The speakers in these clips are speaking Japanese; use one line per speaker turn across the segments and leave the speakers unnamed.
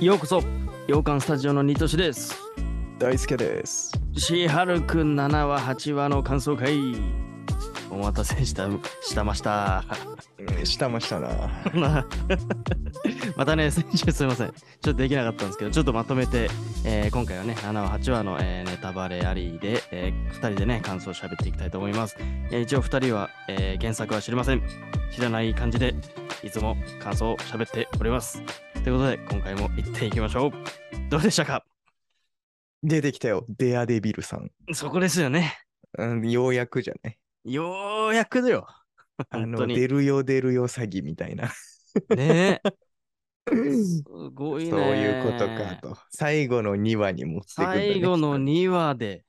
ようこそ洋館スタジオのニトシです
大輔です。
シーハルク7話8話の感想会お待たせしたしたました
うん下も下な。
またね先週すいませんちょっとできなかったんですけどちょっとまとめて、えー今回はね7話8話の、えーネタバレありで、え2人でね感想を喋っていきたいと思います、えー一応2人は、えー原作は知りません知らない感じでいつも感想を喋っておりますということで今回も行っていきましょうどうでしたか
出てきたよ、デアデビルさん。
そこですよね
うん、ようやくじゃない。
ようやくだよ。
あ
本
の、
当に。ね
出るよ出るよ詐欺みたいな。
え。
そ
すご
う
い
い
ね。
うことか。と。最後の2話に持ってくんだね、
最後の
きっ
2話で。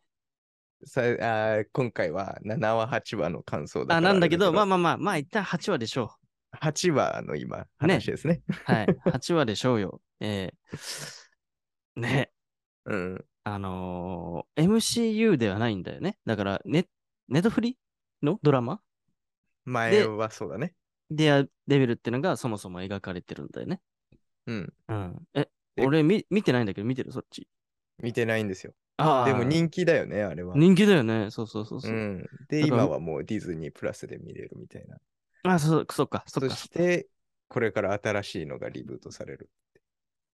とさあー今回は7話、8話の感想だから
あ、なんだけど、まあ
あ
まあまあ、まあ一旦8話でしょ
れだけど。8話の今、話ですね。
う。 はい。8話でしょうよ。ええねえ。
うん。
あのー MCU ではないんだよね。だからネ、ネットフリのドラマ
前はそうだね。
デアデビルってのがそもそも描かれてるんだよね。
うん。
うん。え、
で
俺み見てないんだけど、見てるそっち。
見てないんですよ。
ああ。
でも人気だよね、あれは。
人気だよね。そうそうそうそうう。
ん、で、
だから
今はもうディズニープラスで見れるみたいな。
あ、そう、そっか、そっ
そ
か。
して、これから新しいのがリブートされる。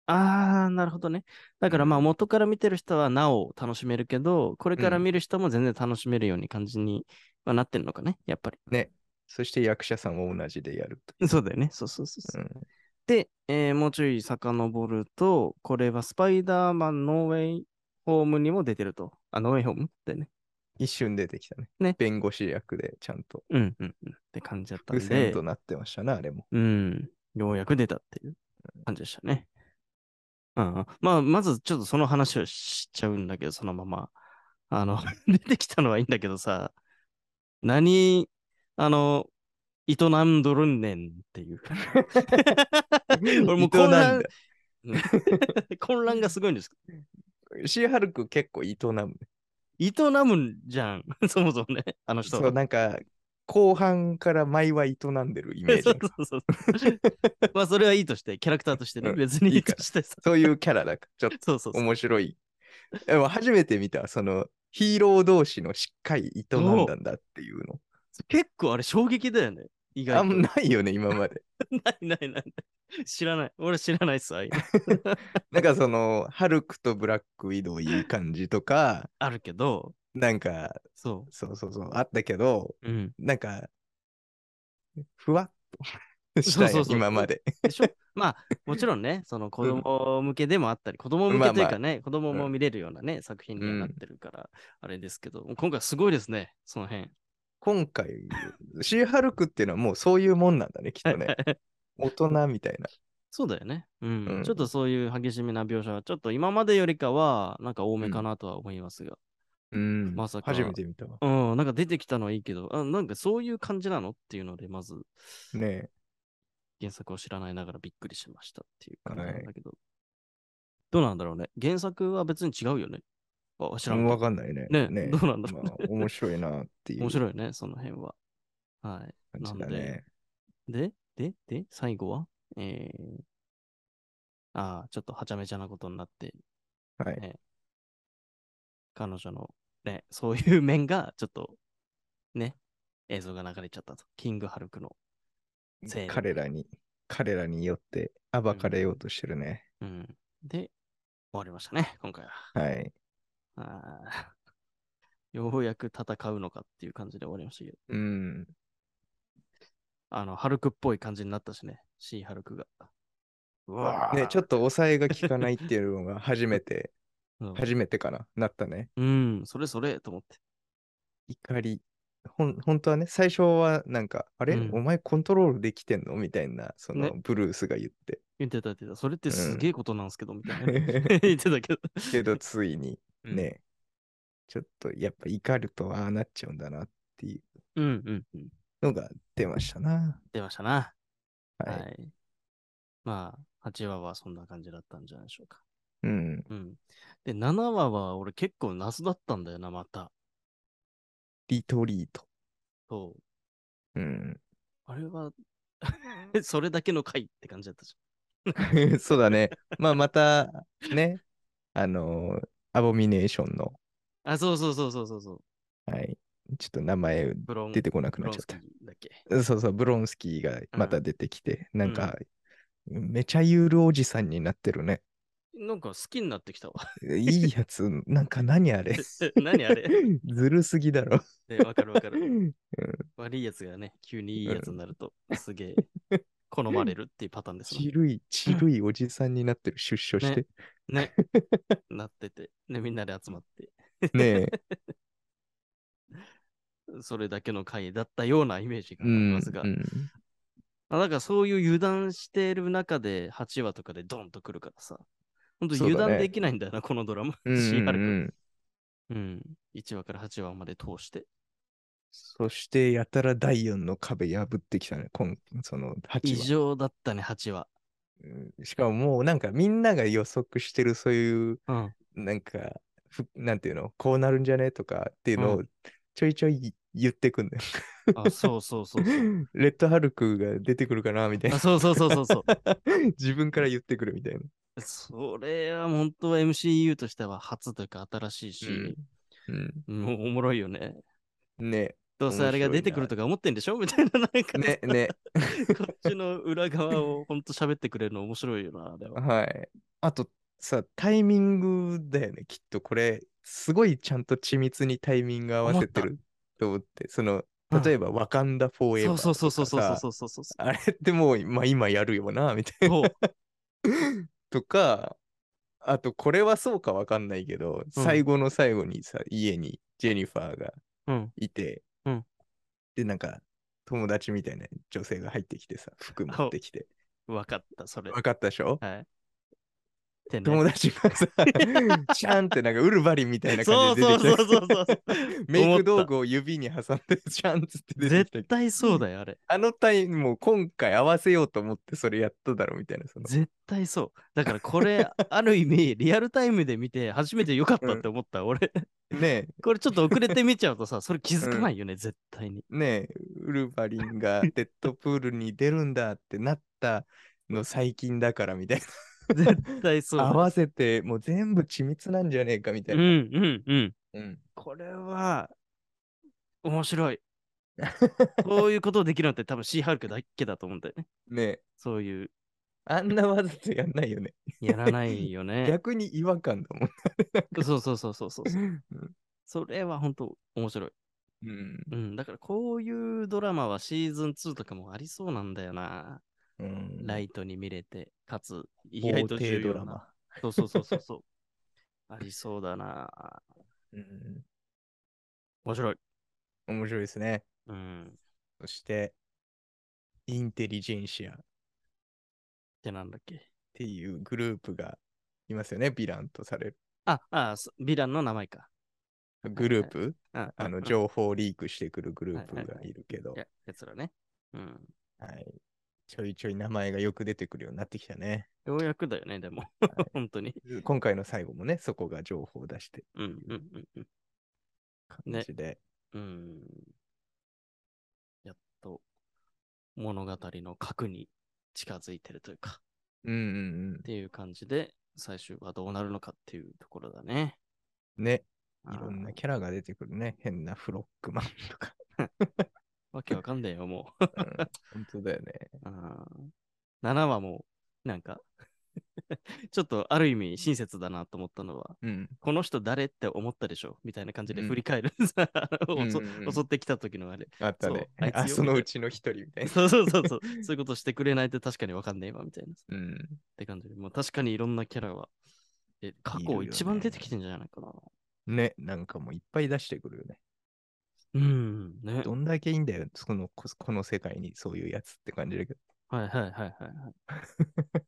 ああ、なるほどね。だからまあ元から見てる人はなお楽しめるけど、これから
うん
見る人も全然楽しめるように感じにはなってるのかね、やっぱり。
そして役者さんも同じでやる
そうだよね。そうそうそうそ
と。
う。
うん、
で、えーもうちょい遡ると、これはスパイダーマンノーウェイホームにも出てると。あ、ノーウェイホームだよね。
一瞬出てきたね
ね
弁護士役でちゃんと
うんうんうん。って感じだった
伏
ん
線
で
と、なってましたな、あれも。
うん。ようやく出たっていう感じでしたね。うん。まあ、まずちょっとその話をしちゃうんだけど、そのまま。あの、 出てきたのはいいんだけどさ、何、あの、営んどるんねんっていう。 俺もう混
な
乱
んだ。
混乱がすごいんです。
シーハルク結構営むね。
営むんじゃん。 そ もそもね、あの人
そう、なんか、後半から毎は営んでるイメージ
そ
あ
う
る。
そうそうそう。 まあ、それはいいとして、キャラクターとしてね、
うん
別にいい としてさ。
そういうキャラだから、ちょっ
そうそう
と
そう。
面白い。でも初めて見た、そのヒーロー同士のしっかり営んだんだっていうの。
結構あれ衝撃だよね。意外
あん
と。
まないよね、今まで。
ないないないない。 知らない。俺知らないっすわ。今
なんかその、ハルクとブラックウィドウいい感じとか、
あるけど、
なんか、
そ
そうそうそう、あったけど、
う。うん。
なんか、ふわっとし
そう
た
そう
よ、
そう
今まで。
でしょ まあ、もちろんね、その子供向けでもあったり、子供向けというかね、子供も見れるようなね、作品にはなってるから、あれですけど、もう今回すごいですね、その辺。
今回、シーハルクっていうのはもうそういうもんなんだね、きっ とね。大人みたいな。
そうだよね、うん。
うん
ちょっとそういう激しめな描写は、ちょっと今までよりかは、なんか多めかなとは思いますが。
うん
まさか
初めて見たわ。
うん、なんか出てきたのはいいけど、あなんかそういう感じなのっていうので、まず
ね
原作を知らないながらびっくりしましたっていう感
はい
じなんだけど。どうなんだろうね原作は別に違うよねあ、知
え。
ら
わ
んかっ
かんないね。
た。ねどうなんだろう、
まあ、面白いなっていう
面
感
白いね、その辺は。は
じだ
なんで
ね。
い。で、で、で、最後はえー、ああ、ちょっとはちゃめちゃなことになって、
はい
ね。彼女の、ね、そういう面が、ちょっと、ね、映像が流れちゃったと。キングハルクのせいで
彼らに、彼らによって暴かれようとしてるね。
うん。で、終わりましたね、今回は。
はい。
ああ。 ようやく戦うのかっていう感じで終わりましたけど、
うん。
あの、ハルクっぽい感じになったしね、シーハルクが。うわ
ね、ちょ
っ
っと抑えが効かないっていうのが初めて、
と、 うん
初めてかな、なったね。
うん、それそれと思って。
怒り。ほん本当はね、最初はなんか、あれ、
うん
お前コントロールできてんのみたいな、その、
ね
ブルースが言って。
言ってた言ってた。それってすげえことなんすけど、みたい な。
け
言ってたけど。
ど、ついに
うん
ね、ちょっとやっぱ怒るとああなっちゃうんだなっていう
うんうんうん。
のが出ましたな。
出ましたな。は
はい。
い。まあ、8話はそんな感じだったんじゃないでしょうか。
うん。
うん。で、7話は俺結構謎だったんだよな、また。
リトリート。
そう。
うん。
あれは、それだけの回って感じだったじ
そうだね。まあ、また、ね、あのーアボミネーションの、
あ、そうそうそうそうそうそう。
はい、ちょっと名前
ブロン。
出てこなく
ブ
な
ロ
っ
ン
ちゃっ
スキ
た
ーだっけ。。
うんそうそう、ブロンスキーがまた出てきて、なんか、めちゃゆるおじさんになってる ね。
なんか好きになってき たわ。
いいやつ、なんか何あれ
何あれ
ずるすぎだ ろ。
ねわかるわか
う
る。
ん
悪いやつがね、急にいいやつになると、すげえ、 好まれるっていうパターンですもん
ちるい、ちるいおじさんになってる、出所して。
ね。なってて、ね、みんなで集まって、
ね
それだけの会だったようなイメージ
え。
があ
う
り
ん。
ますが、
うん
あなんかそういう油断してる中で8話とかでドンと来るからさ、本当
そうだね
油断できないんだよな、このドラマ。
うんうん
CR
う
君
ん
うん。1話から8話まで通して。
そして、やたら第4の壁破ってきたね、今その
異
8話。
常だったね、8話。
うんしかももうなんかみんなが予測してるそういう、
うん。
なんか、ふなんていうの、こうなるんじゃねとかっていうの
う
をちょいちょい言ってくんだよ。
あ、そうそうそうそう。
レッドハルクが出てくるかなみたい
あ
な。
そうそうそうそうそう。
自分から言ってくるみたいな。
それは本当は MCU としては初というか新しいし、
うん
もうおもろいよね。
ね
どうせあれが出てくるとか思ってんでしょみたいな、なんか、
ねね
こっちの裏側をほんと喋ってくれるの面白いよな、あれ は。
はい。あとさ、タイミングだよね、きっとこれ、すごいちゃんと緻密にタイミング合わせてると思って、その、例えば、ワカンダ・フォーエバ
そう
ー
そうそうそう
とかさ
そうそうそうそう。
あれってもう、まあ、今やるよな、みたい
そう
な。とか、あと、これはそうかわかんないけど、最後の最後にさ、家にジェニファーが
うん。
いて、
うん
で、なんか、友達みたいな女性が入ってきてさ、服持ってきて。
わかった、それ。
わかったでしょ
はい。ってね
友達が さ、シャンってなんかウルヴァリンみたいな感じで 出てき
そうそうそうそう
た。メイク道具を指に挟んで、シャンっつって出て
絶
きた。
対そうだよ、あれ。
あのタイムもう今回合わせようと思ってそれやっただろうみたいな。その
絶対そう。だからこれ、ある意味、リアルタイムで見て、初めて良かったって思った、俺。
ね
これちょっと遅れて見ちゃうと さ、それ気づかないよね、絶対に。
え、ねえ、ウルヴァリンがデッドプールに出るんだってなったの最近だからみたい
絶対そう
な。
だ
合わせてもう全部緻密なんじゃねえかみた
う
い
ん
な。
うんうん。
うん
これは、面白 い。こういうことをできるのって多分シーハルクだけだと思うんだよね。
ねえ、
そういう、
あんなわざとやんないよね。
やらないよ ね。
逆に違和感だもん。
そうそうそうそうそうそう。
うん
それは本当面白い。
うん
うん、だからこういうドラマはシーズン2とかもありそうなんだよな。
うん
ライトに見れて、かつ意
意
外
外
と
と
重要
重
な。
要な。
そうそうそうそう そう。ありそうだな。
うん
面白い。
面白いですね。
うん。っ
そして、インテリジェンシアって
なんだっけ。
ていうグループがいますよね、ヴィランとされる。
あ、あ、そヴィランの名前か。
グループ、
あ
あの、
ョ
情報をリークしてくるグループ
はいはい
が
はい
いるけど、
や、やつらね。うん。
はいちょいちょい名前がよく出てくるようになってきたね。
ようやくだよね、でも。 本当に。
今回の最後もね、そこが情報を出して
うんうんうんうん。
感じで、
うん。やっと物語の核に近づいてるというか、
うんうん
っていう感じで、最終はどうなるのかっていうところだね。
うん。ね、
あ
い
ー
ろんなキャラが出てくるね。変なフロックマンとか。
わけわかんないよ、も
うん、本当だよね。
う。あー7話も、なんか、 ちょっとある意味親切だなと思ったのは、
うん。
この人誰って思ったでしょみたいな感じで
うん
振り返る さ、お そ
うんうんうん
襲ってきた時のあれ。
あったね。
そうあいつよ
あ、そのうちの一人みたいな。
そうそうそう そう。そういうことしてくれないと確かにわかんねえわ、みたいな。っ
うん。
て感じで、もう確かにいろんなキャラは、え、過
いる
去
よね
一番出てきてんじゃないかな。
ね、なんかもういっぱい出してくるよね。
うん、ね。
どんだけいいんだよ、そのここの世界にそういうやつって感じだけど。
はいはいはいはい はい。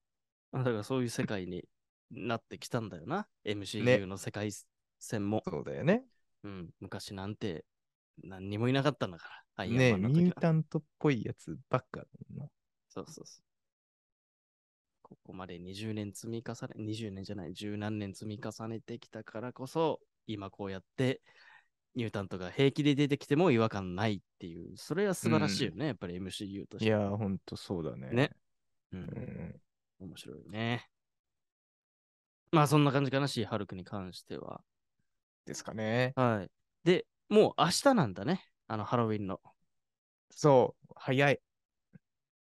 あだからそういう世界になってきたんだよな。MCU の世界線も。
そうだよね。
うん、昔なんて何にもいなかったんだから。アイアン
ね、
マンの時は
ミュータントっぽいやつばっかだもんな。
そうそうそう。ここまで20年積み重ね、20年じゃない、十何年積み重ねてきたからこそ、今こうやって、ニュータントが平気で出てきても違和感ないっていう、それは素晴らしいよね、やっぱり MCU とし
い
て。
やー、ほんとそうだね。
ねう、
うんん。
面白いね。まあそんな感じかな、シーハルクに関しては。
ですかね。
はい。で、もう明日なんだね。あの、ハロウィンの。
そう、早い。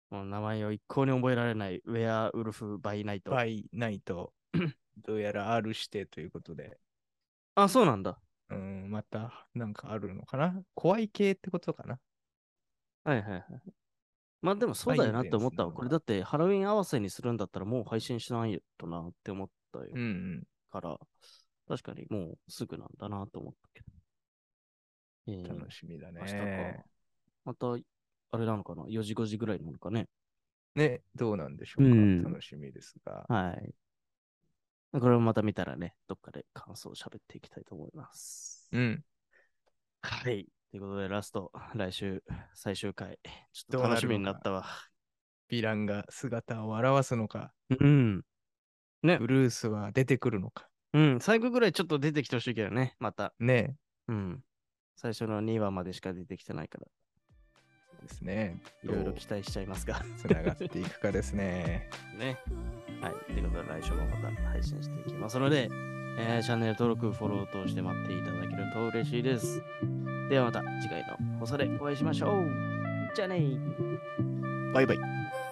もう名前を一向に覚えられない、ウェアウルフ・バイ・ナイト。
バイナイ ト、どうやら R してということで、
あ、そうなんだ。
うん、またなんかあるのかな怖い系ってことかな
はいはいはい。まあでもそうだよなって思ったわ。
バイデンさんは
これだってハロウィン合わせにするんだったらもう配信しないとなって思ったよ
うんうん。
から、確かにもうすぐなんだなと思ったけど。えー
楽しみだ
明日か
ね。
また、あれなのかな ?4 時5時ぐらいなのかね。
ね、どうなんでしょうか。
うん
楽しみですが。
はい。これもまた見たらね、どっかで感想を喋っていきたいと思います。
うん。
はい。ということで、ラスト、来週、最終回。ちょっ
どう
と
なるのか
楽しみになったわ。
ヴィランが姿を現すのか、
うん。
ブルースは出てくるのか。
うん。最後ぐらいちょっと出てきてほしいけどね、また。
ね
うん。最初の2話までしか出てきてないから、
です ね。
いろいろ期待しちゃいますが。
つながっていくかですね。
ね。はい。ということで、来週もまた配信していきますので、えーチャンネル登録、フォローを通して待っていただけると嬉しいです。ではまた次回の放送でお会いしましょう。じゃあねー。
バイバイ。